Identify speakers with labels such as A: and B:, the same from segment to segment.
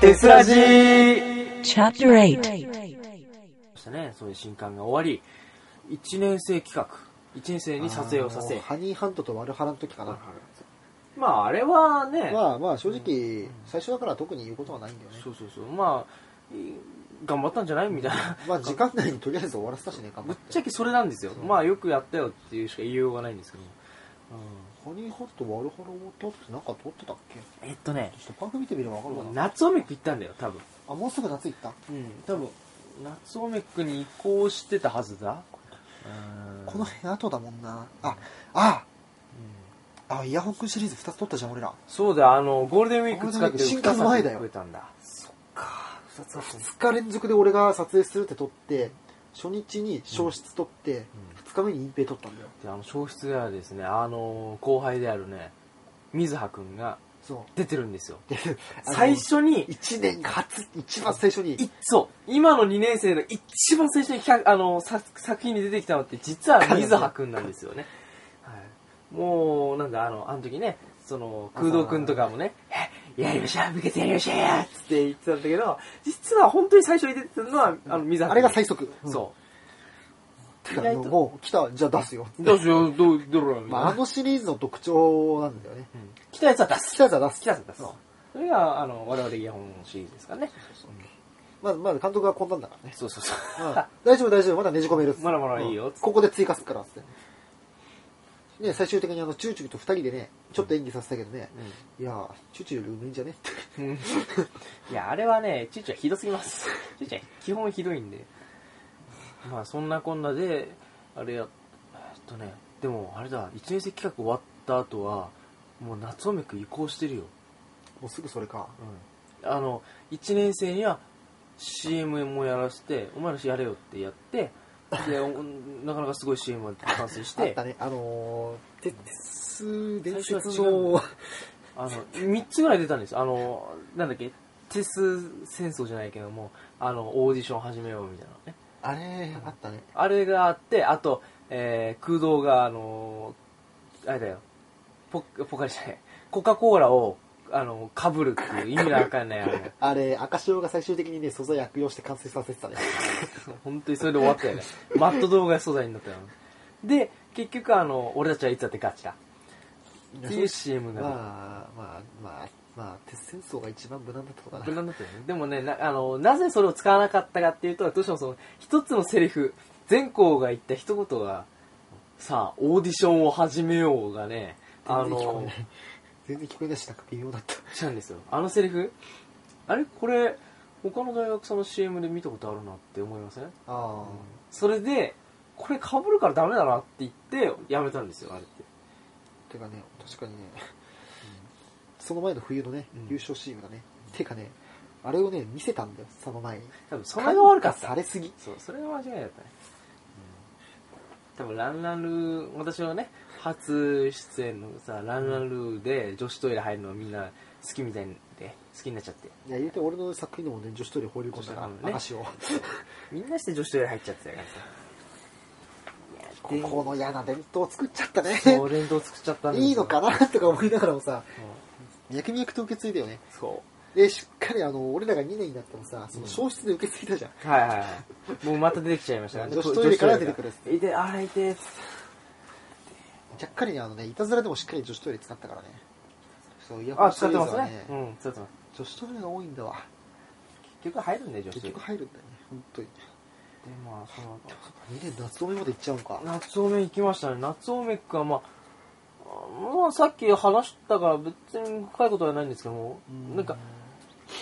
A: テスラジー
B: Chapter 8.
C: ましたね。そういう新刊が終わり、1年生企画、1年生に撮影をさ
A: あ
C: せ
A: の、ハニーハントとワルハラの時かな。
C: まああれはね、
A: まあまあ正直、最初だから特に言うことはないんだよね。
C: そうそうそう、まあ、い頑張ったんじゃないみたいな。
A: まあ時間内にとりあえず終わらせたしね、頑張
C: ぶ
A: っ
C: っちゃ
A: て。
C: けそれなんですよ。まあよくやったよっていうしか言いようがないんですけど。
A: ハニーハントとワルハラを撮ってなんか撮ってたっけち
C: えっとね、
A: ょっとパーク見てみればわかるかな。
C: 夏オメック行ったんだよ、多分。
A: あ、もうすぐ夏行った。
C: うん、多分。夏オメックに移行してたはずだ。うん
A: この辺後だもんな。あ、ああ、イヤホンくんシリーズ2つ撮ったじゃん、俺ら。
C: そうだ、あの、ゴールデンウィーク使ってる
A: 新刊の前だよ
C: 二つ増えたんだ。
A: 2日連続で俺が撮影するって撮って、初日に消失撮って、2日目に隠蔽撮ったんだよ。
C: であの消失ではですねあの後輩であるね水葉くんが
A: そう。
C: 出てるんですよ
A: で、あの
C: 最初に
A: 一年初、一番最初に、
C: いそう今の2年生の一番最初に企画あの作作品に出てきたのって実は水葉くんなんですよね、はい、もうなんだあのあの時ねその空洞くんとかもね「えやりましょう部活やりましょうよ」っつって言ってたんだけど実は本当に最初に出てたのはあの水葉
A: あれが最速。
C: そ
A: てかあのもう来た、じゃあ出すよ。
C: うどうしようどうどうろう
A: まあ、あのシリーズの特徴なんだよね。
C: 来たやつは出す
A: 来たじゃ出す。
C: 来たやつは出すそれがあの我々イヤホンシリーズですからね
A: まず、まず監督がこんなんだからね。
C: そうそうそう
A: うん大丈夫大丈夫、まだねじ込めるっつって
C: まだまだいいよ
A: うんここで追加すっからっつって。ね、最終的にあの、チューチューと二人でね、ちょっと演技させたけどね、いやー、チューチューよりうめえんじゃねって。
C: いや、あれはね、ちゅうちゃんひどすぎます。ちゅうちゃん基本ひどいんで。まあ、そんなこんなで、あれや、えーっとね、でもあれだ、一年生企画終わった後は、もう夏オメく移行してるよ。
A: もうすぐそれか。
C: うん。あの、一年生には CM もやらせて、お前らやれよってやって、で、おなかなかすごい CM が完成し
A: あってた、ね、あのー、鉄、伝
C: 最
A: 説
C: 初は違うん
A: の
C: だ、あの、3つぐらい出たんですよ。あの、なんだっけ、テス戦争じゃないけども、あの、オーディション始めようみたいなね。
A: あれ、あったね。
C: あれがあって、あと、えー、空洞が、あのーあれだよ、ポポカリじゃない、コカ・コーラを、あのー、被るっていう意味のわかんない、あの、
A: あれ、赤潮が最終的にね、素材悪用して完成させてたね。
C: 本当にそれで終わったよね。マット動画素材になったよ。で、結局、あの、俺たちはいつだってガチだ。っていう CM が。
A: まあ、まあ、まあ、まあ、鉄戦争が一番無難だったのか
C: 無
A: な。
C: 難だったよね。でもね、な、あの、なぜそれを使わなかったかっていうと、どうしてもその、一つのセリフ、全校が言った一言が、さあ、オーディションを始めようがね、あ
A: 全然聞こえ
C: の
A: な、い。全然聞こえないし、なんか微妙だった。
C: したんですよ。あのセリフ、あれこれ、他の大学さんの CM で見たことあるなって思いません、
A: あ
C: それで、これ被るからダメだなって言って、やめたんですよ、あれって。
A: あ。てかね、確かにね、その前の冬のね
C: うん、
A: 優勝チームがね、てかね、あれをね、見せたんだよ、その前に。
C: 多分、それが悪かった
A: さ。れすぎ。
C: そう、それが間違いだったね。多分、ランランルー、私のね、初出演のさ、ランランルーで女子トイレ入るのみんな好きみたいで、好きになっちゃって。
A: いや、言うて俺の作品でもね、女子トイレ放り込んだから
C: 女子、トイレ
A: 赤潮。
C: みんなして女子トイレ入っちゃってたからさ。
A: ここの嫌な伝統を作っちゃったね。
C: そう、連動作っちゃったんですよ
A: いいのかなとか思いながらもさ、
C: うん
A: 脈々と受け継いだよね。
C: そう。
A: で、しっかりあの、俺らが2年になってもさ、その消失で受け継いだじゃん。
C: はいはいはい。もうまた出てきちゃいましたね。
A: 女子トイレから出てくる
C: いて、あれいて。
A: ちゃっかりね、あのね、いたずらでもしっかり女子トイレ使ったからね。そう、イヤホ
C: あ、
A: ンシ
C: 使
A: リ
C: って
A: ー
C: ま
A: ズ
C: す
A: は
C: ね。うん、使ってます。
A: 女子トイレが多いんだわ。
C: 結局入るんだよ、女子
A: 結
C: トイレ。
A: 局入るんだよね、本当に。
C: で、まあ、その、
A: 2年夏おめまで行っちゃうのか。
C: 夏オメ行きましたね。夏オメックはまあ、あまあさっき話したから別に深いことはないんですけども、なんか、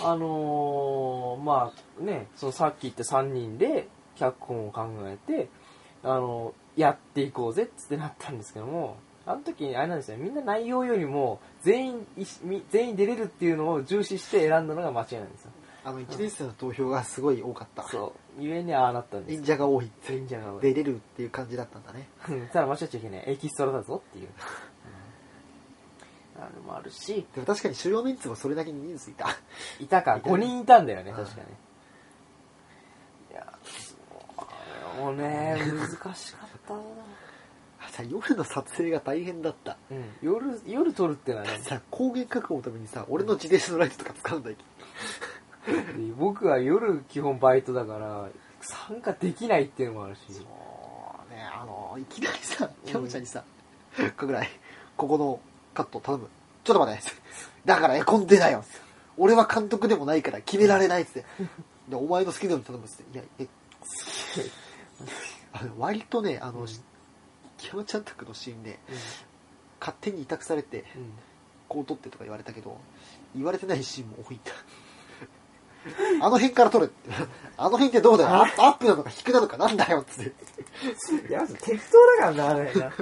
C: あのーまあね、そのさっき言った3人で脚本を考えて、あのやっていこうぜっつってなったんですけども、あの時あれなんですよね、みんな内容よりも全員いし、み全員出れるっていうのを重視して選んだのが間違いなんですよ。
A: あの、1年生の投票がすごい多かった。
C: そう。ゆえにああなったんです
A: 演
C: よ。
A: 者が多い。
C: 演者が多い
A: 出れるっていう感じだったんだね。
C: うんただ間違っちゃいけない。エキストラだぞっていう。あれもあるし、
A: でも確かに主要メンツもそれだけに人数いた。
C: いたか、
A: いたね
C: 5人いたんだよね、
A: うん
C: 確かね。いや、そう、あれもね、難しかったな。
A: あさ、夜の撮影が大変だった。
C: うん、夜、夜撮るってのはね、
A: さ、光源確保のためにさ、俺の自転車のライトとか使うんだよ。
C: 僕は夜基本バイトだから、参加できないっていうのもあるし。
A: もうね、あの、いきなりさ、キャムちゃんにさ、かぐらい、ここのカット頼む。ちょっと待って。だから絵コンテだよ。俺は監督でもないから決められないっつって。で、お前の好きなの頼むっつって。いや、え、あの割とね、あの、
C: うん
A: キャムちゃん宅のシーンね、勝手に委託されて、こう撮ってとか言われたけど、言われてないシーンも多いん だ。あの辺から撮れって。あの辺ってどうだよアップアップなのか低なのかなんだよっつって。
B: いや、適当だからな、あれな。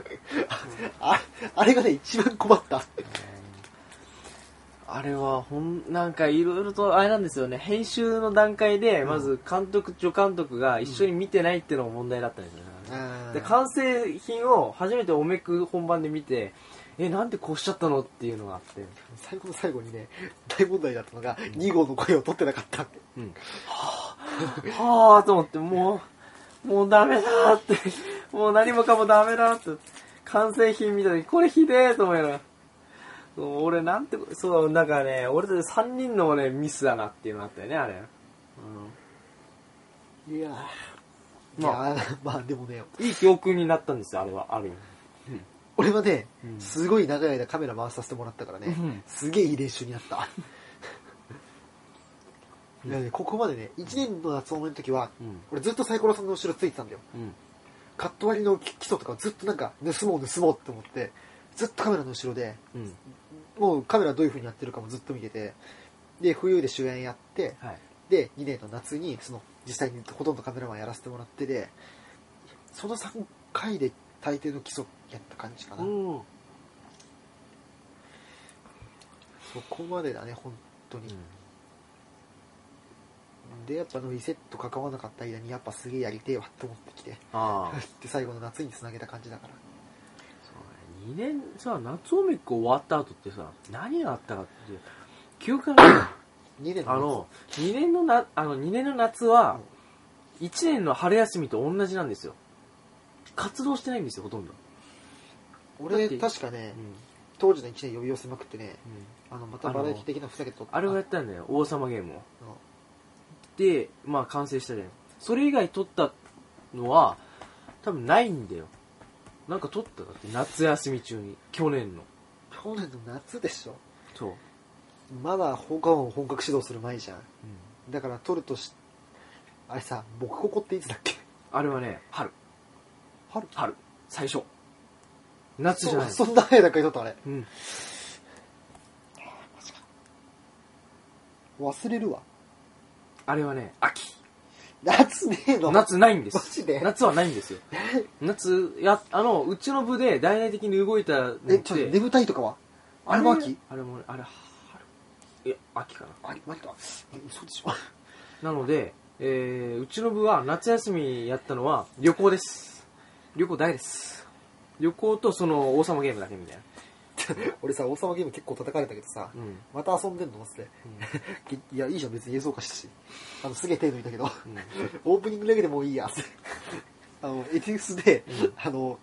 A: ああれがね、一番困った。
C: あれは、ほん、なんかいろいろと、あれなんですよね。編集の段階で、まず監督、助監督が一緒に見てないっていうのも問題だったんですよね。で完成品を初めておめく本番で見てえなんでこうしちゃったのっていうのがあって、
A: 最後の最後にね、大問題だったのが、2号の声を取ってなかった。
C: はあと思ってもうもうダメだーってもう何もかもダメだーって完成品見た時これひでえと思いながらそう俺なんてこそうなんかね俺たち3人のねミスだなっていうのがあったよねあれ、
A: いや
C: うん、
A: ま
C: まあ
A: あ、まあでもね、
C: いい記憶になったんですよあれはある意味
A: 俺はね、
C: うん
A: すごい長い間カメラ回させてもらったからね、
C: うん
A: すげえいい練習になった。いやねここまでね、1年の夏思いの時は、
C: うん
A: 俺ずっとサイコロさんの後ろついてたんだよ。
C: うん
A: カット割りの基礎とかをずっとなんか、盗もう盗もうって思って、ずっとカメラの後ろで、
C: うん
A: もうカメラどういう風にやってるかもずっと見てて、で、冬で主演やって、
C: はい
A: で、2年の夏に、その、実際にほとんどカメラマンやらせてもらってで、その3回で大抵の基礎やった感じかな。
C: うん
A: そこまでだね、本当に。で、やっぱあのリセット関わらなかった間に、やっぱすげえやりてえわって思ってきて、
C: ああ
A: で、最後の夏につなげた感じだから。
C: そうね、2年さ、夏オメック終わった後ってさ、何があったかっていう、記憶がない。
A: 2年
C: あの、2年のな、あの、2年の夏は、1年の春休みと同じなんですよ。活動してないんですよ、ほとんど。だ
A: 俺、
C: って
A: 確か
C: う
A: ね
C: ん。、
A: 当時の1年呼び寄せまくってね、あの、またバラエティ的なふざけと
C: あれをやっ
A: あ
C: たんだよ、王様ゲームを。
A: の
C: で、まあ完成したじゃん。それ以外撮ったのは、多分ないんだよ。なんか撮っただって、夏休み中に、去年の。
A: 去年の夏でしょ。
C: そう。
A: まだ放課後本格指導する前じゃん。だから撮るとし、あれさ、僕ここっていつだっけ
C: あれはね、春。
A: 春
C: 春。最初。夏じゃない。
A: そそんな早い段階だったあれ。
C: うん。
A: 忘れるわ。
C: あれはね、秋。
A: 夏ねえの。
C: 夏ないんです。
A: マジで
C: 夏はないんですよ。夏、や、あの、うちの部で大々的に動いたのって
A: え、ちょっと眠たいとかはあれも秋
C: あれも、あれ、春。いや、秋か
A: あれ、マジか。え嘘でしょ。
C: な。なので、えー、うちの部は夏休みやったのは旅行です。旅行大です。旅行とその王様ゲームだけみたいな。
A: 俺さ、王様ゲーム結構叩かれたけどさ、
C: うん。
A: また遊んでんのっつって。いや、いいじゃん、別に映像化したし。あの、すげえ手抜いたけど、
C: うん。
A: オープニングだけでもういいや、つって。あの、エティウスで、あの、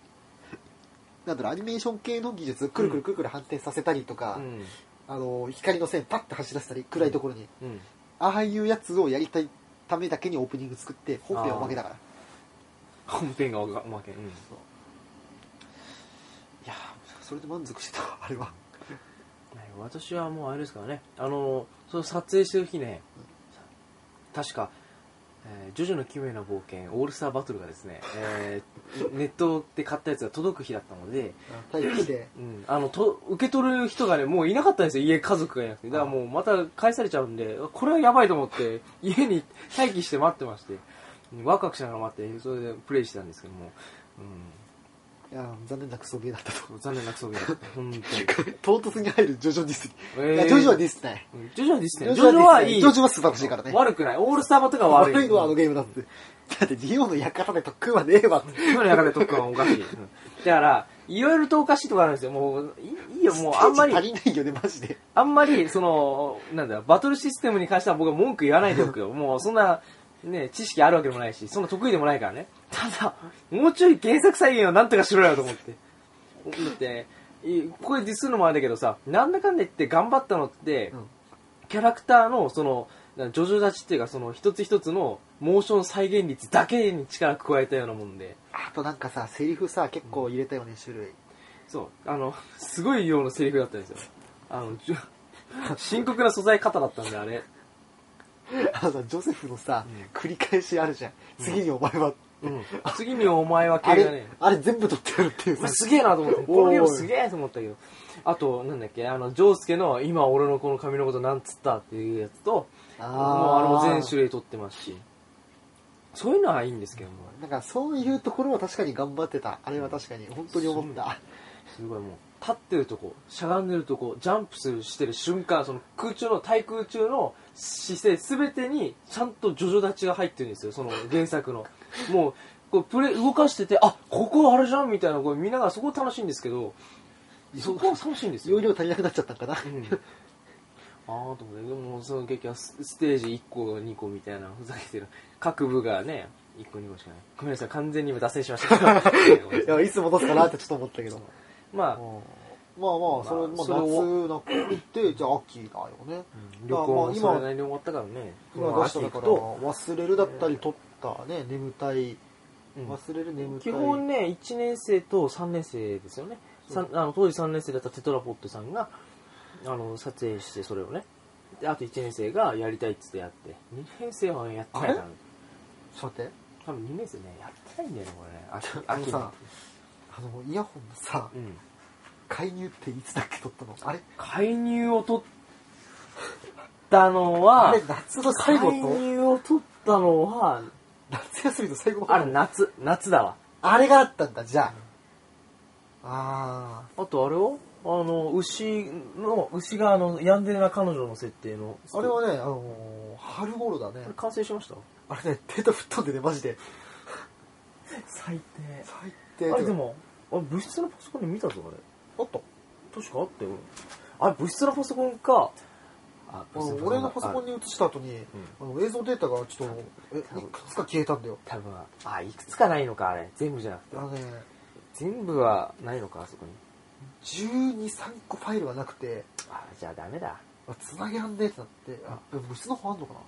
A: なんだろう、アニメーション系の技術、くるくるくるくる反転させたりとか、
C: うん。
A: あの、光の線パッて走らせたり、暗いところに、
C: うん。
A: ああいうやつをやりたいためだけにオープニング作って、本編は負けだから。
C: 本編がおまけ。うん。
A: そういやーそれで満足してたわあれは。
C: はい私はもうあれですからねあのその撮影してる日ね確か、えージョジョの奇妙な冒険オールスターバトル」がですね、えーネットで買ったやつが届く日だったので、
A: 待機 して、
C: うん、あのと受け取る人がねもういなかったんですよ家家族がいなくてだからもうまた返されちゃうんでこれはやばいと思って家に待機して待ってましてうんワクワクしながら待ってそれでプレイしてたんですけども、
A: いやー残念なクソゲーだったと。
C: うん、残念なくそげだった本当に、
A: 唐突に入るジョジョディス。
C: え
A: いや、ジョジョはディスってない。
C: うんジョジョはですね
A: ジ
C: ジ
A: ョ
C: ョ
A: ジ
C: ジ
A: ョ
C: ョ
A: は
C: はい
A: い
C: い
A: ジョジョは素晴らしいからね
C: 悪くないオールスターバトルが悪い
A: 悪いのはあのゲームだって。だって、ディオの館で特訓はねえわって。
C: 今の中で特訓はおかしい。うんだから、いろいろとおかしいところあるんですよ。もう、いいいよ、もうあんま
A: ステージ
C: り、
A: 足りないよね、マジで。
C: あんまり、その、なんだ、バトルシステムに関しては僕は文句言わないでお くよ。もう、そんな、ね、知識あるわけでもないし、そんな得意でもないからね。ただ、もうちょい原作再現をなんとかしろよと思って。だって、いここでディスるのもあれだけどさ、なんだかんだ言って頑張ったのって、
A: うん
C: キャラクターの、その、だからジョジョ立ちっていうか、その一つ一つのモーション再現率だけに力加えたようなもんで、
A: あとなんかさ、セリフさ、結構入れたよね、種類。
C: そう、あの、すごい量のセリフだったんですよ。あの、 じゅ深刻な素材型だったんで、あれ。
A: あのさ、ジョセフのさ
C: うん、
A: 繰り返しあるじゃん。次にお前は、
C: うん。次にお前は
A: あ
C: 系が
A: れ
C: ね、、
A: あれ全部取ってやるっていう
C: ま
A: さ
C: あ、、すげえなと思って、このゲームすげえと思ったけど、あと、なんだっけ、あの、ジョースケの今俺のこの髪のことなんつったっていうやつと、もうあれも全種類取ってますし、そういうのはいいんですけども、
A: なんかそういうところは確かに頑張ってた。あれは確かに、本当に思った。
C: すごいもう、立ってるとこ、しゃがんでるとこ、ジャンプするしてる瞬間、その空中の、対空中の姿勢すべてに、ちゃんとジョジョ立ちが入ってるんですよ、その原作 の。もう、こうプレイ動かしてて、あ、ここあれじゃんみたいな、こう見ながらそこ楽しいんですけど、そこは楽しいんですよ
A: 容。量足りなくなっちゃったんかな。
C: うんあーと思って、でもその結局はスステージ1個、2個みたいな、ふざけてる。各部がね、1個、2個しかない。ごめんなさい、完全に今脱線しま したけど
A: いや、いつ戻すかなってちょっと思ったけど。
C: まあ、
A: まあまあ、それ、まあ
C: それ
A: 夏なくて、じゃあ秋だよね。
C: 旅行
A: まあ
C: も
A: 今
C: それなりに終わったからね。
A: 今出しただから、
C: この秋行
A: 忘れるだったり取ったね、眠たい、
C: くと
A: 忘れる
C: うん
A: 眠た
C: 基
A: い。
C: 本ね、1年生と3年生ですよね。さんあの当時3年生だったテトラポットさんが、あの、撮影してそれをね。で、あと1年生がやりたいっつってやって。2年生はやってないから
A: あれちょっと待って、
C: 多分2年生ね、やってないんだよね、これね。秋、
A: あの
C: 秋の
A: さ。あの、イヤホンのさ、
C: うん。
A: 介入っていつだっけ取ったのあれ
C: 介入を取ったの
A: あ
C: は
A: れ、、夏の最
C: 介
A: 後と
C: 入を取ったのは、
A: 夏休みの最後の方
C: あれ、夏、夏だわ。
A: あれがあったんだ、じゃあ。あ
C: あとあれをあの、牛の、牛があの、ヤンデレな彼女の設定の。
A: あ。あれ、はね、あのー春頃だね
C: あれ。完成しました
A: あれね、データ吹っ飛んでね、マジで。
C: 最
A: 最
C: 低
A: 低。
C: あれで。も、あれ、物質のパソコンで見たぞ、あれ。
A: おっと。
C: 確かあったよ。あれ、物質のパソコンか。あ
A: あの俺のパソコン
C: に。
A: に映した後に、あの映像データがちょっと、え、いくつか消えたんだよ。
C: 多分、あ、いくつかないのか、あれ。全部じゃなくて
A: あ。のね、
C: 全部はないのか、あそこに。
A: 12、3個ファイルはなくて、
C: あ、じゃあダメだ。
A: あ繋げらんねえってなって、あ、でも別の方あんのかな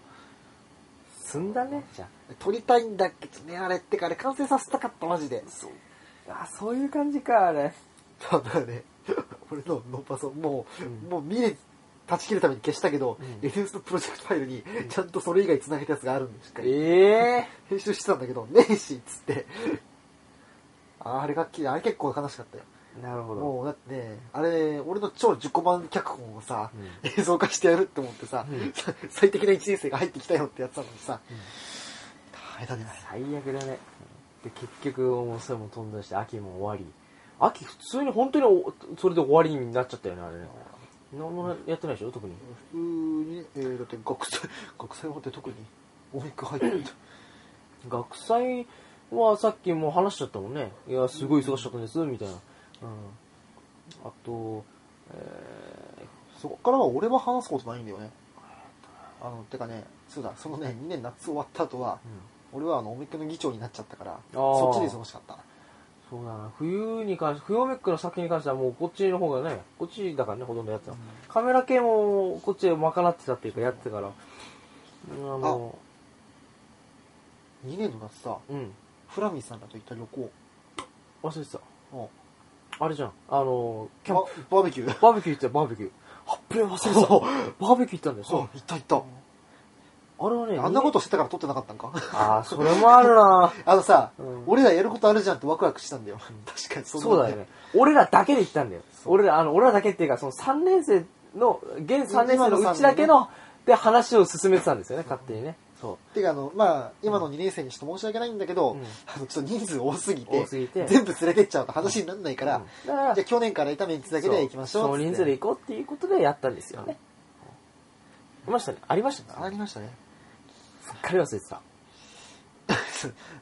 C: 済んだね、じゃあ。
A: 撮りたいんだけどね、あれってか、あれ完成させたかった、マジで。
C: そう。あ、そういう感じか、あれ。
A: ただね、 俺のノーパソ、もう、
C: うん
A: もう見れ、断ち切るために消したけど、
C: うん
A: エデンスのプロジェクトファイルに、ちゃんとそれ以外繋げたやつがあるんですから
C: ええ
A: 編集してたんだけど、ねえし、つって。あれがき、あれ結構悲しかったよ。
C: なるほど。
A: もうだってね、あれ、俺の超自己満脚本をさ、
C: う
A: 映像化してやるって思ってさ、
C: うん
A: さ最適な一年生が入ってきたよってやってたのにさ、
C: うん
A: 大変だね。
C: 最悪だね。で、結局、もうそれも飛んだして、秋も終わり。秋、普通に本当におそれで終わりになっちゃったよね、あれね。何もやってないでしょ、特に。
A: 普通に、えー、だって学 祭、学祭もあって特に、音楽入ってる。
C: 学祭はさっきもう話しちゃったもんね。いや、すごい忙しかったんです、みたいな。うん。あと、え
A: そこからは俺は話すことないんだよね。あの、てかね、そうだ、そのね、2年夏終わった後
C: ー、、
A: は
C: うん
A: 俺はあの、おめくの議長になっちゃったから、
C: あー
A: そっちで忙しかった。
C: そうだな、冬に関して、冬メックの先に関してはもうこっちの方がね、こっちだからね、ほとんどやってたの。カメラ系もこっちで賄ってたっていうかやってたから、うんあの、
A: 2年の夏さ、
C: うん、
A: フラミーさんらと行った旅行、
C: 忘れてた。
A: うん
C: あれじゃん、あの、キャン
A: バ
C: プ、
A: バーベキュー
C: バーベキュー行ったよ、バーベキュー。あっぷれ忘れてた。バーベキュー行ったんだよ、
A: そう
C: そ、
A: 行った行った。
C: う。あれはね、
A: あんなことしてたから撮ってなかったんか
C: ああ、それもある な
A: あのさ、
C: うん
A: 俺らやることあるじゃんってワクワクしたんだよ。確かに
C: そうだよね。。俺らだけで行ったんだよ。俺ら、あの、俺らだけっていうか、その3年生の、現3年生のうちだけの、で話を進めてたんですよね、勝手にね。そう。
A: てかあの、まあ、今の2年生にちょっと申し訳ないんだけど、
C: うん
A: あの、ちょっと人数多すぎて、
C: 多すぎて
A: 全部連れてっちゃうと話にならないから、
C: うんだから
A: じゃあ去年からいたメンツだけで行きましょう
C: そう
A: っつって。
C: 人数で行こうっていうことでやったんですよね。いましたね。ありました
A: あ
C: ね。
A: りました ね。
C: すっかり忘れてた。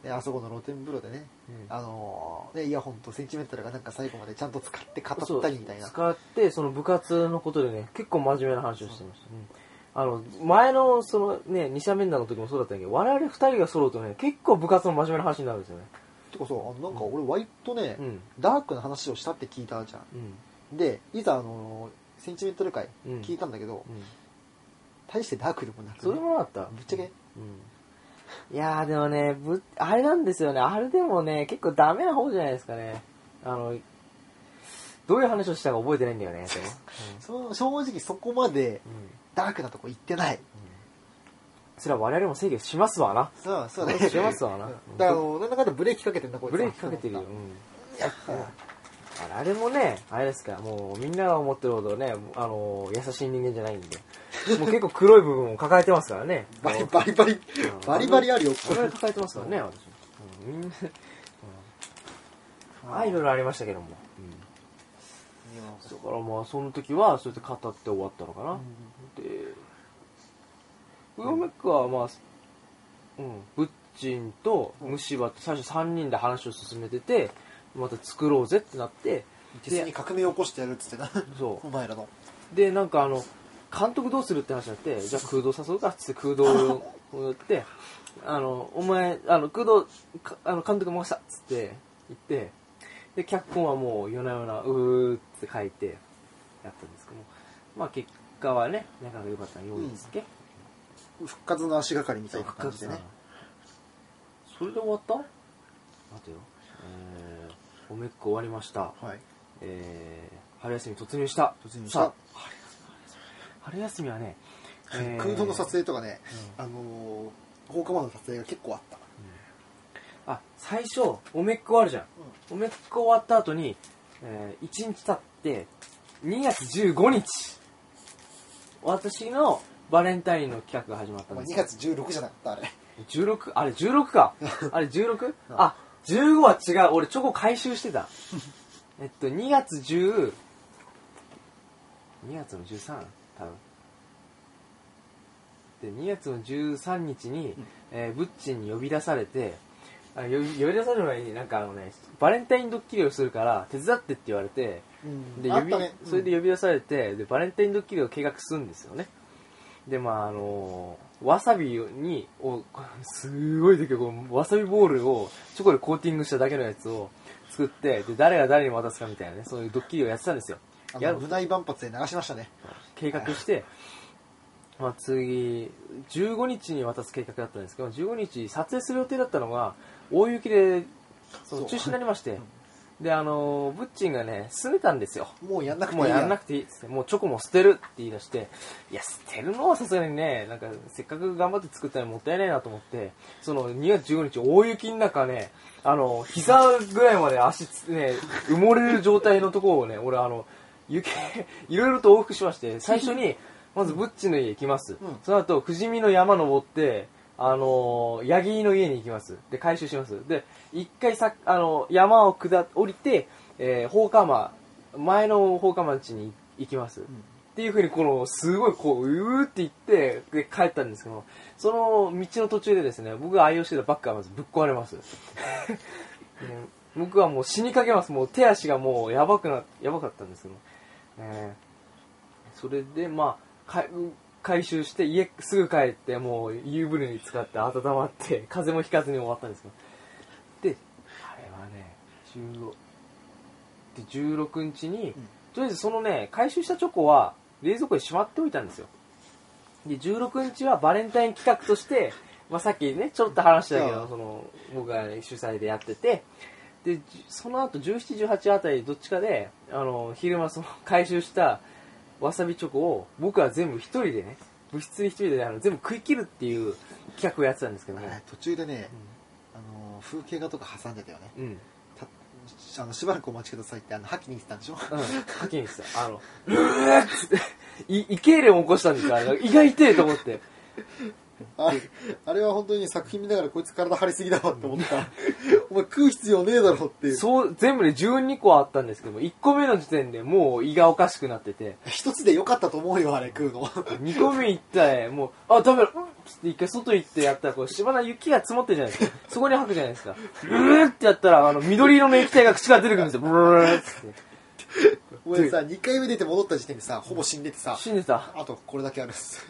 A: であそこの露天風呂でね、
C: うん
A: あのーね、イヤホンとセンチメンタルがなんか最後までちゃんと使って語ったりみたいな。
C: 使って、その部活のことでね、結構真面目な話をしてました。うんあの、前の、そのね、二者面談の時もそうだったんだけど、我々二人が揃うとね、結構部活の真面目な話になるんですよね。
A: てかさ、あのなんか俺割とね、
C: うん。
A: ダークな話をしたって聞いたじゃん。
C: うん。
A: で、いざあのーセンチメンタル会
C: うん
A: 聞いたんだけど、
C: うん。
A: 大してダークでもなく、
C: それもなかった。
A: ぶっちゃけ
C: うんいやーでもねぶ、あれなんですよね、あれでもね、結構ダメな方じゃないですかね。あの、どういう話をしたか覚えてないんだよね、でも
A: その正直そこまで
C: うんうん
A: ダークなとこ行ってない
C: それは我々も制御しますわな。
A: そうそうね
C: しますわな。
A: だからあのなんだかんだブレーキかけてんなこいつ
C: ブレーキかけてるよ。うんあれもね、あれですから、もうみんなが思ってるほどね、あの、優しい人間じゃないんで、もう結構黒い部分を抱えてますからね。
A: バリバリバリ
C: うん
A: バリバリあるよ
C: 我々抱えてますからね、私。うんみんな、うんあいろいろありましたけども。だからまあ、その時は、そうやって語って終わったのかな。で、ウヨメックはまあ、うん、ブッチンと虫歯と最初3人で話を進めてて、また作ろうぜってなって、
A: 実に革命を起こしてやるっつってな
C: そ
A: お前らの
C: う。で、なんかあの、監督どうするって話になって、じゃあ空洞誘うかっつって空洞をやって、あの、お前、あの、空洞、かあの、監督回したっつって言って、で、脚本はもう夜な夜な、うーって書いて、やったんですけども、まあ結果はね、なかなか良かったようですっけ、
A: 復活の足がかりみ
C: そ
A: た
C: う
A: いな感じでね
C: それで終わった待てよえー、おめっこ終わりました
A: はい
C: えー、春休み突入した
A: 突入した
C: さあ春休みはね、えー
A: 空洞の撮影とかね
C: うん
A: あのー放課後の撮影が結構あった
C: あ最初おめっこ終わるじゃん、おめっこ終わった後に、えー、1日経って2月15日私のバレンタインの企画が始まったん
A: まあ
C: です
A: 2
C: よ
A: 月16じゃなかったあれ
C: 16あれ16かあれ 16? あ15は違う俺チョコ回収してたえっと2月102月の13多分で2月の13日に、えーブッチンに呼び出されてあ呼び呼び出される前になんかあのねバレンタインドッキリをするから手伝ってって言われてで
A: あ
C: 呼
A: っ
C: び
A: たね
C: それで呼び出されてでバレンタインドッキリを計画するんですよねでまああのわさびにをすごいでけえこうわさびボールをチョコでコーティングしただけのやつを作ってで誰が誰に渡すかみたいなねそういうドッキリをやってたんですよ
A: あ
C: や
A: の部内万発で流しましたね
C: 計画して、まあ、次15日に渡す計画だったんですけど15日撮影する予定だったのが大雪でその
A: そう
C: 中止になりましてであのブッチンがね拗ねたんですよ
A: もうやんなくていい
C: もうやらなくていいっつって、もうチョコも捨てるって言い出して、いや、捨てるのはさすがにね、なんか、せっかく頑張って作ったのにもったいないなと思って、その2月15日、大雪の中ね、あの、膝ぐらいまで足つ、ね、埋もれる状態のところをね、 俺、あの、雪、いろいろと往復しまして、最初 に、まずブッチの家行きます。
A: うん
C: その後、富士見の山登って、あのー、ヤギの家に行きます。で、回収します。で、一回さ、あの、山を下っ、降りて、えー、放火魔、前の放火魔の地に行きます。
A: うん
C: っていうふうに、この、すごい、こう、うーって行って、で帰ったんですけど、その道の途中でですね、僕が愛用してたバッグがまずぶっ壊れます。ね僕はもう死にかけます。もう手足がもうやばくな、やばかったんですけど、ねそれで、まあ、か回収して、家すぐ帰って、もう湯船に浸かって温まって、風邪もひかずに終わったんですけど。で、あれはね、15、で、16日に、
A: うん
C: とりあえずそのね、回収したチョコは冷蔵庫にしまっておいたんですよ。で、16日はバレンタイン企画として、まあ、さっきね、ちょっと話したけ
A: う
C: ど、
A: ん
C: その、僕がね、主催でやってて、で、じその後、17、18あたりどっちかで、あの、昼間その回収したわさびチョコを、僕は全部一人でね、部室に一人で、あの、全部食い切るっていう企画をやってたんですけども、
A: 途中でね、あのー風景画とか挟んでたよね
C: うん。うん。
A: たしあのしばらくお待ちくださいってあの覇気に行ってたんでしょ
C: うん、はっきりした。あの、うわーっつって、い、胃痙攣を起こしたんですよ。あれが胃が痛いと思って。
A: あれあれは本当に作品見ながらこいつ体張りすぎだわって思った、 お前食う必要ねえだろっていう
C: そう、全部で12個あったんですけども、1個目の時点でもう胃がおかしくなってて、
A: 一つでよかったと思うよあれ食うの
C: 2個目行ったら、もう、あ、ダメだ、うんっつって一回外行ってやったら、こう、芝の雪が積もってるじゃないですか。そこに吐くじゃないですか。うーってやったら、あの、緑色の液体が口から出てくるんですよ。ブルルルルっつって。
A: お前さ2回目出て戻った時点でさほぼ死んでてさ
C: 死んでた。
A: あとこれだけあるっす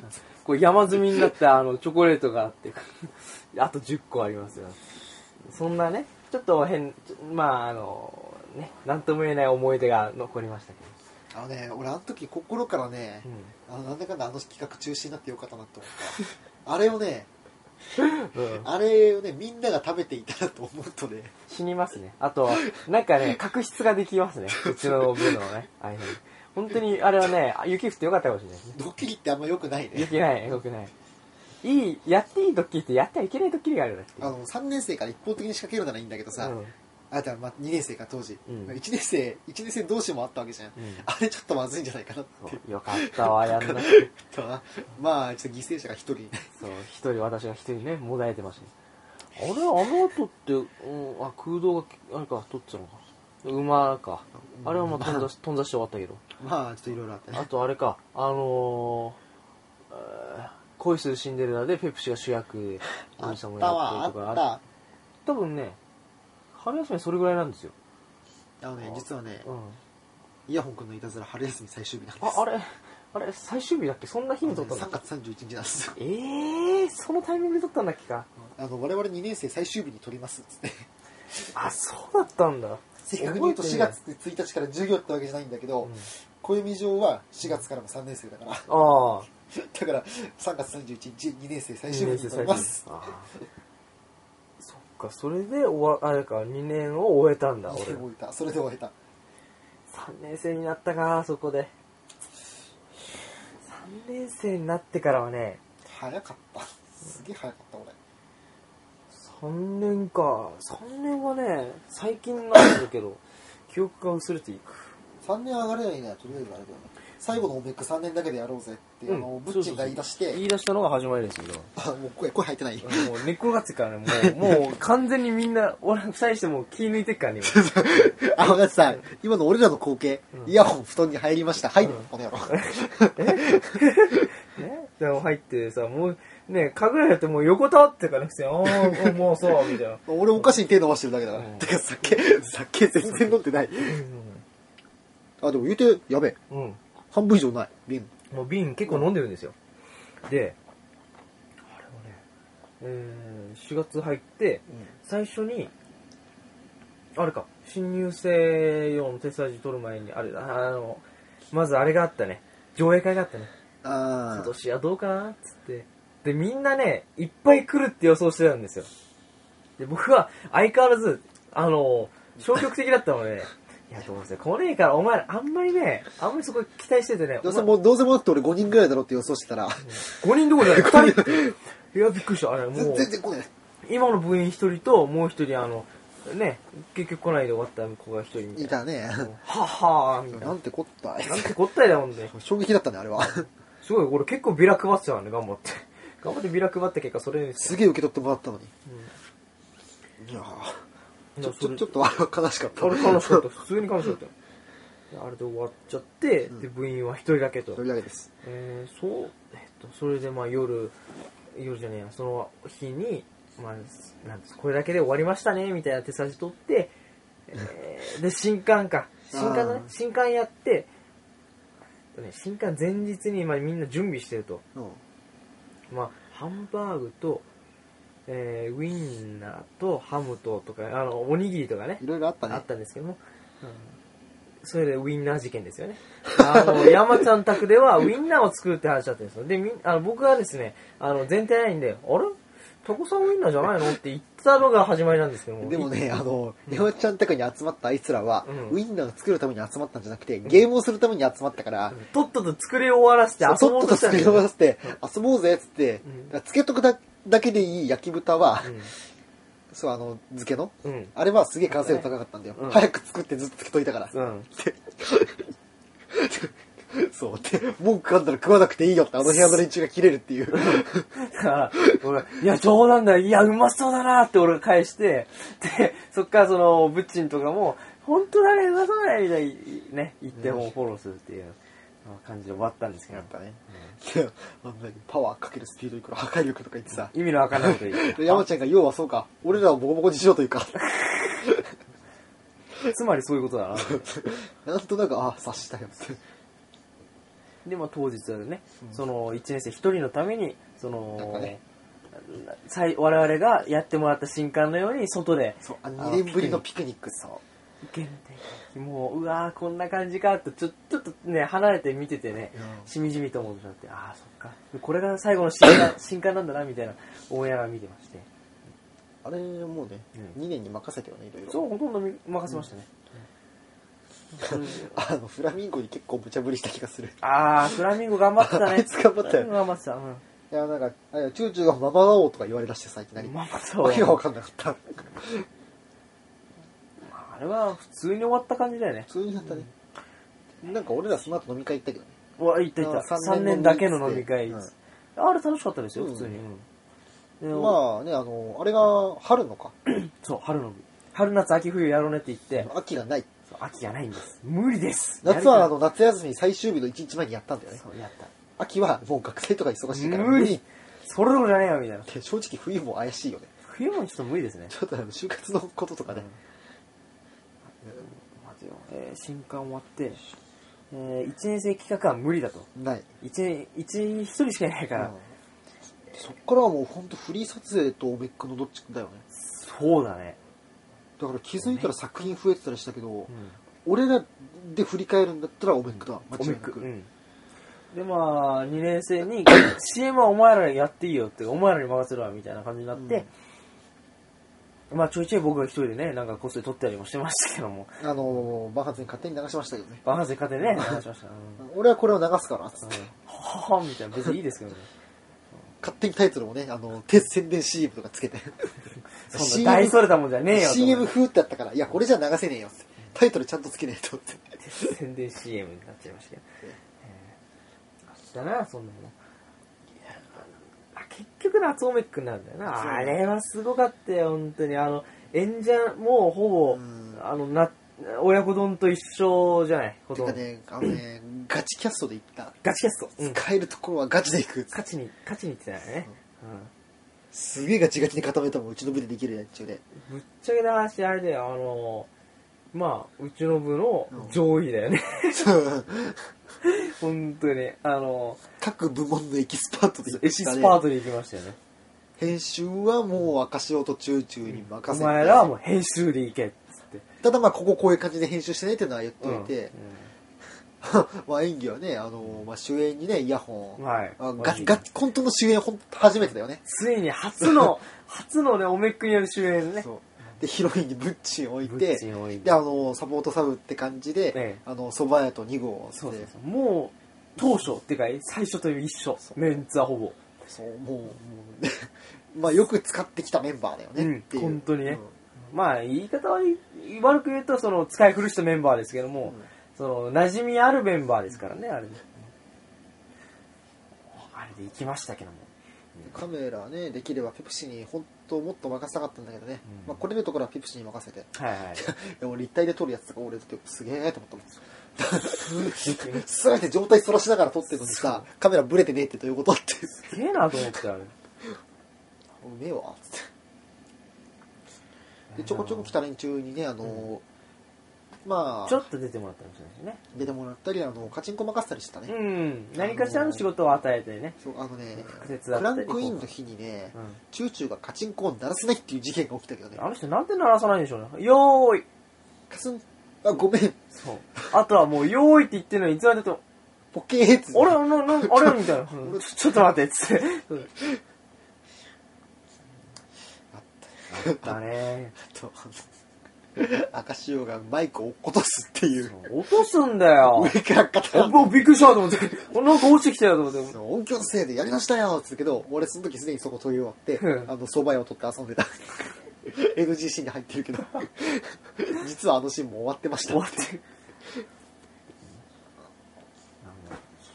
C: こう、山積みになった、あの、チョコレートがあって、あと10個ありますよ。そんなね、ちょっと変、ちょまあ、あの、ね、なんとも言えない思い出が残りましたけど。
A: あのね俺あの時心からね
C: う、ん
A: あのなんだかんだあの企画中止になってよかったなと思ったあれをね
C: うん
A: あれをねみんなが食べていたらと思うとね
C: 死にますね。あと、なんかね、確執ができますね。うちの部のね、ああいうのに本当に、あれはね、雪降ってよかったかもしれないですね。
A: ドッキリってあんま良くないね
C: 雪ない、よくない。いい、やっていいドッキリってやってはいけないドッキリがあるなっていう。
A: あの3年生から一方的に仕掛けるならいいんだけどさ、
C: うん
A: あじゃあまあ2年生か当時、
C: うん
A: 1年生一年生同士もあったわけじゃん、
C: ん
A: あれちょっとまずいんじゃないかなって
C: そうよかったわ、 やんなくて。
A: まあちょっと犠牲者が1人いない
C: そう、一人、私が一人ね、もだえてましたね。あれ、あの後って、うん、あ、空洞が、あれか、取ってたのか。馬か。あれはもう飛んだし、飛んだして終わったけど。
A: まあちょっといろいろあってね
C: あとあれか、あのーえー恋するシンデレラでペプシが主 役で、お
A: あ
C: 兄
A: っ
C: さ
A: た
C: んも
A: わ
C: やってと
A: あっ
C: か、
A: た
C: 多分ね、春休みそれぐらいなんですよ。
A: あのね実はね
C: うん。
A: イヤホン君のいたずら春休み最終日なんです
C: あ、あれ、あれ、最終日だっけそんな日に撮ったんだ
A: 3月31日なんですよ
C: えー、そのタイミングで撮ったんだっけか。
A: あの我々2年生最終日に撮りますっつって
C: あ、そうだったんだ。
A: 正確に言うと
C: 覚え
A: 4
C: てない
A: 月1日から授業ってわけじゃないんだけど、
C: うん
A: 暦上は4月からも3年生だから
C: ああ。
A: だから3月31日2年生最終日に撮ります
C: ああそっか、それで終わ、あれか、2年を終えたんだ、俺
A: それ。で終えたそれで終えた
C: 3年生になったか、そこで。3年生になってからはね、
A: 早かったすげえ早かった俺
C: 3年か。3年はね、最近なんだけ ど、記憶が薄れていく。
A: 3年上がれないのはとりあえずあれだよね最後のオベック3年だけでやろうぜって、あ
C: う
A: の
C: ん
A: ブッチンが言い出して
C: 言い出したのが始まりですけど。
A: あもう声声入ってない
C: もう根っこがつくからね、もう、もう完全にみんな、俺、二人してもう気抜いてっからね、今
A: あのだってさ今の俺らの光景、
C: うん
A: イヤホン布団に入りましたはい、
C: うん
A: この野郎
C: ね、でも入ってさ、もう、ね、かぐらやってもう横たわってからね、普通に、ああ、もうそう、みたいな。
A: 俺お菓子に手伸ばしてるだけだから、
C: うん
A: てか酒酒全然飲んでないあでも言うてやべえ
C: うん。うん
A: 半分以上ない瓶
C: もう瓶結構飲んでるんですよ。で、あれはね、えー、4月入って、最初に、あれか、新入生用の手伝い取る前に、あれだ、あの、まずあれがあったね。上映会があったね。今
A: あ
C: 年はどうかなっつって。で、みんなね、いっぱい来るって予想してたんですよ。で、僕は相変わらず、あの、消極的だったので、いや、どうせ来ねえから、お前らあんまりね、あんまりそこ期待しててね、
A: どうせ
C: お前
A: もうどうせもだって俺5人ぐらいだろって予想してたら、
C: 5人どころじゃない、2人って。い や、びっくりした。あれ、も
A: 全
C: う、
A: 全然来ない
C: 今の部員1人と、もう1人、あの、ね、結局来ないで終わった子が1人みたい
A: い
C: な。
A: たね
C: はっはーみたい
A: な
C: な。
A: んてこったい
C: なんてこったいだもんね。
A: 衝撃だったねあれ は
C: すごい、俺結構ビラ配ってたのね、頑張って。 頑張ってビラ配った結果、それに、
A: すげえ受け取ってもらったのにいや
C: うん
A: ちょち
C: そ
A: ょ
C: れ
A: ちょっとあれは悲しかった
C: あれ悲しかった。普通に悲しかったよ。であれで終わっちゃって、
A: ん
C: で、部員は一人だけ と
A: そ。れだけです
C: えー、そう、えっと、それでまあ夜、夜じゃねえや、その日に、まあ、なんですこれだけで終わりましたね、みたいな手差し取って、えー、で、新刊 か。新刊だね
A: あ。ー
C: 新刊やって、えっとね、新刊前日にまあみんな準備してると。
A: うん
C: まあ、ハンバーグと、えー、ウインナーとハムととか、あの、おにぎりとかね
A: い。ろいろあった
C: あ
A: ね
C: ったんですけども、それでウインナー事件です よね。あの、山ちゃん宅ではウインナーを作るって話だったんですよ。で、みんあの僕がですね、あの、全体ラインで、あれタコさんウインナーじゃないのって言ったのが始まりなんですけども。
A: でもね、あの、山ちゃん宅に集まったあいつらは、
C: うん
A: ウインナーを作るために集まったんじゃなくて、ゲームをするために集まったから
C: い、、とっとと作り終わらせて遊
A: そ
C: ぼ
A: う
C: う
A: とっ
C: としたん
A: とと作
C: だ
A: り
C: よ
A: 終わらせて、遊ぼうぜっつって
C: うん、
A: だからつけとくだだけでいい焼き豚は、そう、あの、漬けの、
C: うん。うん。
A: あれはすげえ完成度高かったんだよ
C: うん。
A: 早く作ってずっとつけといたから。
C: うん。
A: そう、で、文句あんだら食わなくていいよって、あの部屋の連中が切れるっていう。
C: だから、俺、いや、冗談だよ。いや、うまそうだなって俺が返して、で、そっからその、ブッチンとかも、本当だね、うまそうだね、みたいにね、言ってもうフォローするっていうまあ感じで終わったんですけど、やっぱね。
A: であの何パワーかけるスピードいくら、破壊力とか言ってさ、
C: 意味のわからないこと言っ
A: で山ちゃんが、要はそうか、俺らをボコボコにしようというか。
C: て。つまりそういうことだな。
A: なんとなく、ああ、察したよって。
C: で、まあ当日はね、その、1年生1人のために、そ
A: なん
C: の
A: かね、
C: さい我々がやってもらった新刊のように、外で、
A: そう、
C: あ
A: 2年ぶりのピクニック。
C: 原点もううわーこんな感じかってちょちょっとね離れて見ててねしみじみと思ってたってああそっかこれが最後の新 刊新刊なんだなみたいなオンエアが見てまして
A: あれもうね、
C: う
A: 2年に任せてよねいろいろ
C: そうほとんどみ任せましたね、うん
A: あのフラミンゴに結構無茶ぶりした気がする
C: ああフラミンゴ頑張ってたね
A: あいつ頑張った
C: フラ
A: よ
C: ミンゴ頑張ってたうん
A: いやなんかあいやチューチューがママ王とか言われだして最近何
C: まあまあそう
A: わけが分かんなかった
C: あれは普通に終わった感じだよね
A: 普通になったね、なんか俺らその後飲み会行ったけどね
C: うわいったいった
A: あー
C: 3年だけの飲み会、
A: うん
C: あれ楽しかったですよ普通に、うんで
A: まあねあのあれが春のか
C: そう春の春夏秋冬やろうねって言って
A: 秋がない
C: そう秋がないんです無理です
A: 夏は
C: や
A: あ
C: る
A: の夏休み最終日の1日前にやったんだよ
C: 気
A: ね
C: ないそうやった
A: 秋はもう学生とか忙しいから
C: 無理それどころじゃねえよみたいな
A: で正直冬も怪しいよね
C: 冬もちょっと無理ですね
A: ちょっとあの就活のこととかね、
C: 待てよ、えー新刊終わって、え1年生企画は無理だと
A: ない、
C: 1年1人しかいないから、
A: うんそっからはもう本当フリー撮影とメックのどっちだよね
C: そうだね、
A: だから気づいたら作品増えてたりしたけど、
C: うん、
A: 俺らで振り返るんだったらオメックだ、間
C: オ
A: 違い
C: メッ
A: な
C: ク、
A: く
C: うん、でまあ2年生に CM はお前らやっていいよってお前らに任せるわみたいな感じになって、まあちょいちょい僕が一人でねなんかこっそり撮ったりもしてましたけども
A: あのー、バンハツに勝手に流しましたけどね
C: バカせ勝手にね話しました、うん
A: 俺はこれを流すからっつって、
C: うん ははみたいな別にいいですけどね
A: 勝手にタイトルもねあの鉄宣伝 CM とかつけて
C: そんな大それたもんじゃねえよと
A: CM 風ってあったからいやこれじゃ流せねえよっつってタイトルちゃんとつけねえとって
C: 宣伝 CM になっちゃいましたけど、えー、あったなそんなのいやあ結局夏オメックなんだよ
A: そう
C: なあれはすごかったよ本当にあの演者もうほぼ、
A: うん
C: あのな親子丼と一緒じゃないほ
A: て
C: とん
A: か
C: ど、
A: ねあのねガチキャストで行った
C: ガチキャスト、うん、
A: 使えるところはガチで行くっつって
C: 勝ちに勝ちにいってたよね、うん
A: すげえガチガチに固めたもんうちの部でできるやつ中で
C: ぶっちゃけな話あれだよあのまあうちの部の上位だよね、
A: そう
C: 本当にあの
A: 各部門のエキスパートで行ったね
C: エキスパートに行きましたよね
A: 編集はもう赤潮とチューチューに
C: お
A: 任せて、
C: 前らはもう編集で行けっつって
A: ただまあこここういう感じで編集してねっていうのは言っといて、
C: う
A: まあ演技はね、あのまあ、主演にねイヤホ
C: ん
A: ン、
C: はい
A: あガチガチ本当の主演ほんと初めてだよね
C: ついに初 の初のねおめっくによる主演ね
A: そうでヒロインにブッチン置い
C: ブッチ
A: て
C: ン置いて
A: であのサポートサブって感じで、
C: ええ
A: あの蕎麦屋と2号を
C: そうそう
A: で
C: そうもう当初っていうか最初と一緒メンツはほぼ
A: そうもうもうね まあよく使ってきたメンバーだよね、
C: うん
A: っていう
C: 本当にねまあ言い方はい悪く言うとその使い古したメンバーですけど
A: うん
C: も、その馴染みあるメンバーですからねあれであれで行きましたけども
A: カメラねできればペプシに本当もっと任せたかったんだけどね、
C: うん
A: まあ、来れるところはペプシに任せて
C: はいはい
A: でも立体で撮るやつとか俺だってすげえと思ったもんすべて状態そらしながら撮ってるのにさ、カメラブレてねえってどういうことって。
C: すげえなと思ってあれ
A: うめえわ、つって。で、ちょこちょこ来た連中にね、あの、ま
C: ちょ
A: あ、
C: っと出てもらったかもしれないしね
A: 出てもらったり、あの、カチンコ任せたりしてたね。
C: うん何かしらの仕事を与えてね、
A: そう、あのね、
C: 複雑
A: ク
C: だった
A: ラ
C: り
A: ンクインの日にね
C: う、ん
A: チューチューがカチンコを鳴らせないっていう事件が起きたけどね。
C: あの人なんで鳴らさないんでしょうね。よーい。
A: カスン、あ、ごめん、
C: そう。あとはもう、よーいって言ってるのに、いつまでと、
A: ポケーっつって
C: あれ、な、な、あれみたいな。うんちょちょっと待って、つって。だね。
A: と、赤潮がマイクを落っことすっていう。
C: 落とすんだよ。
A: 上から肩
C: おびっくりしたと思って。なんか落ちてきたよと思って。
A: 音響のせいでやりましたよっつうけど、俺その時すでにそこ取り終わって、
C: うん
A: あの、蕎麦屋を取って遊んでた。NG シーンに入ってるけど、 実はあのシーンも終わってました。
C: 終わってる。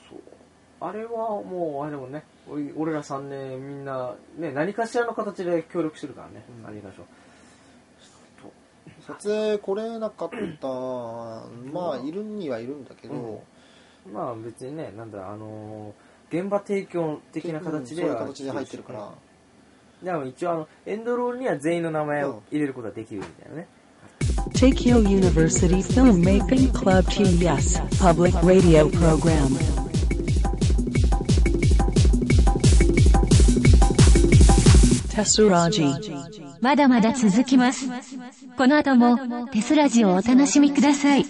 C: そうあれはもう、あれでもね、おい俺ら3年みんな、ね、何かしらの形で協力してるからね。
A: うん
C: 何かしら。
A: 撮影来れなかった、まあ、いるにはいるんだけど、
C: うんまあ別にね、なんだ、あのー現場提供的な形で
A: うんそういう
C: は
A: 形で入ってるから、
C: でも一応あのエンドロールには全員の名前を入れることができるみたいなね、
D: Tokyo University Filmmaking Club TES Public Radio Program. Tessuraji.
E: まだまだ続きます。この後も、テスラジをお楽しみください。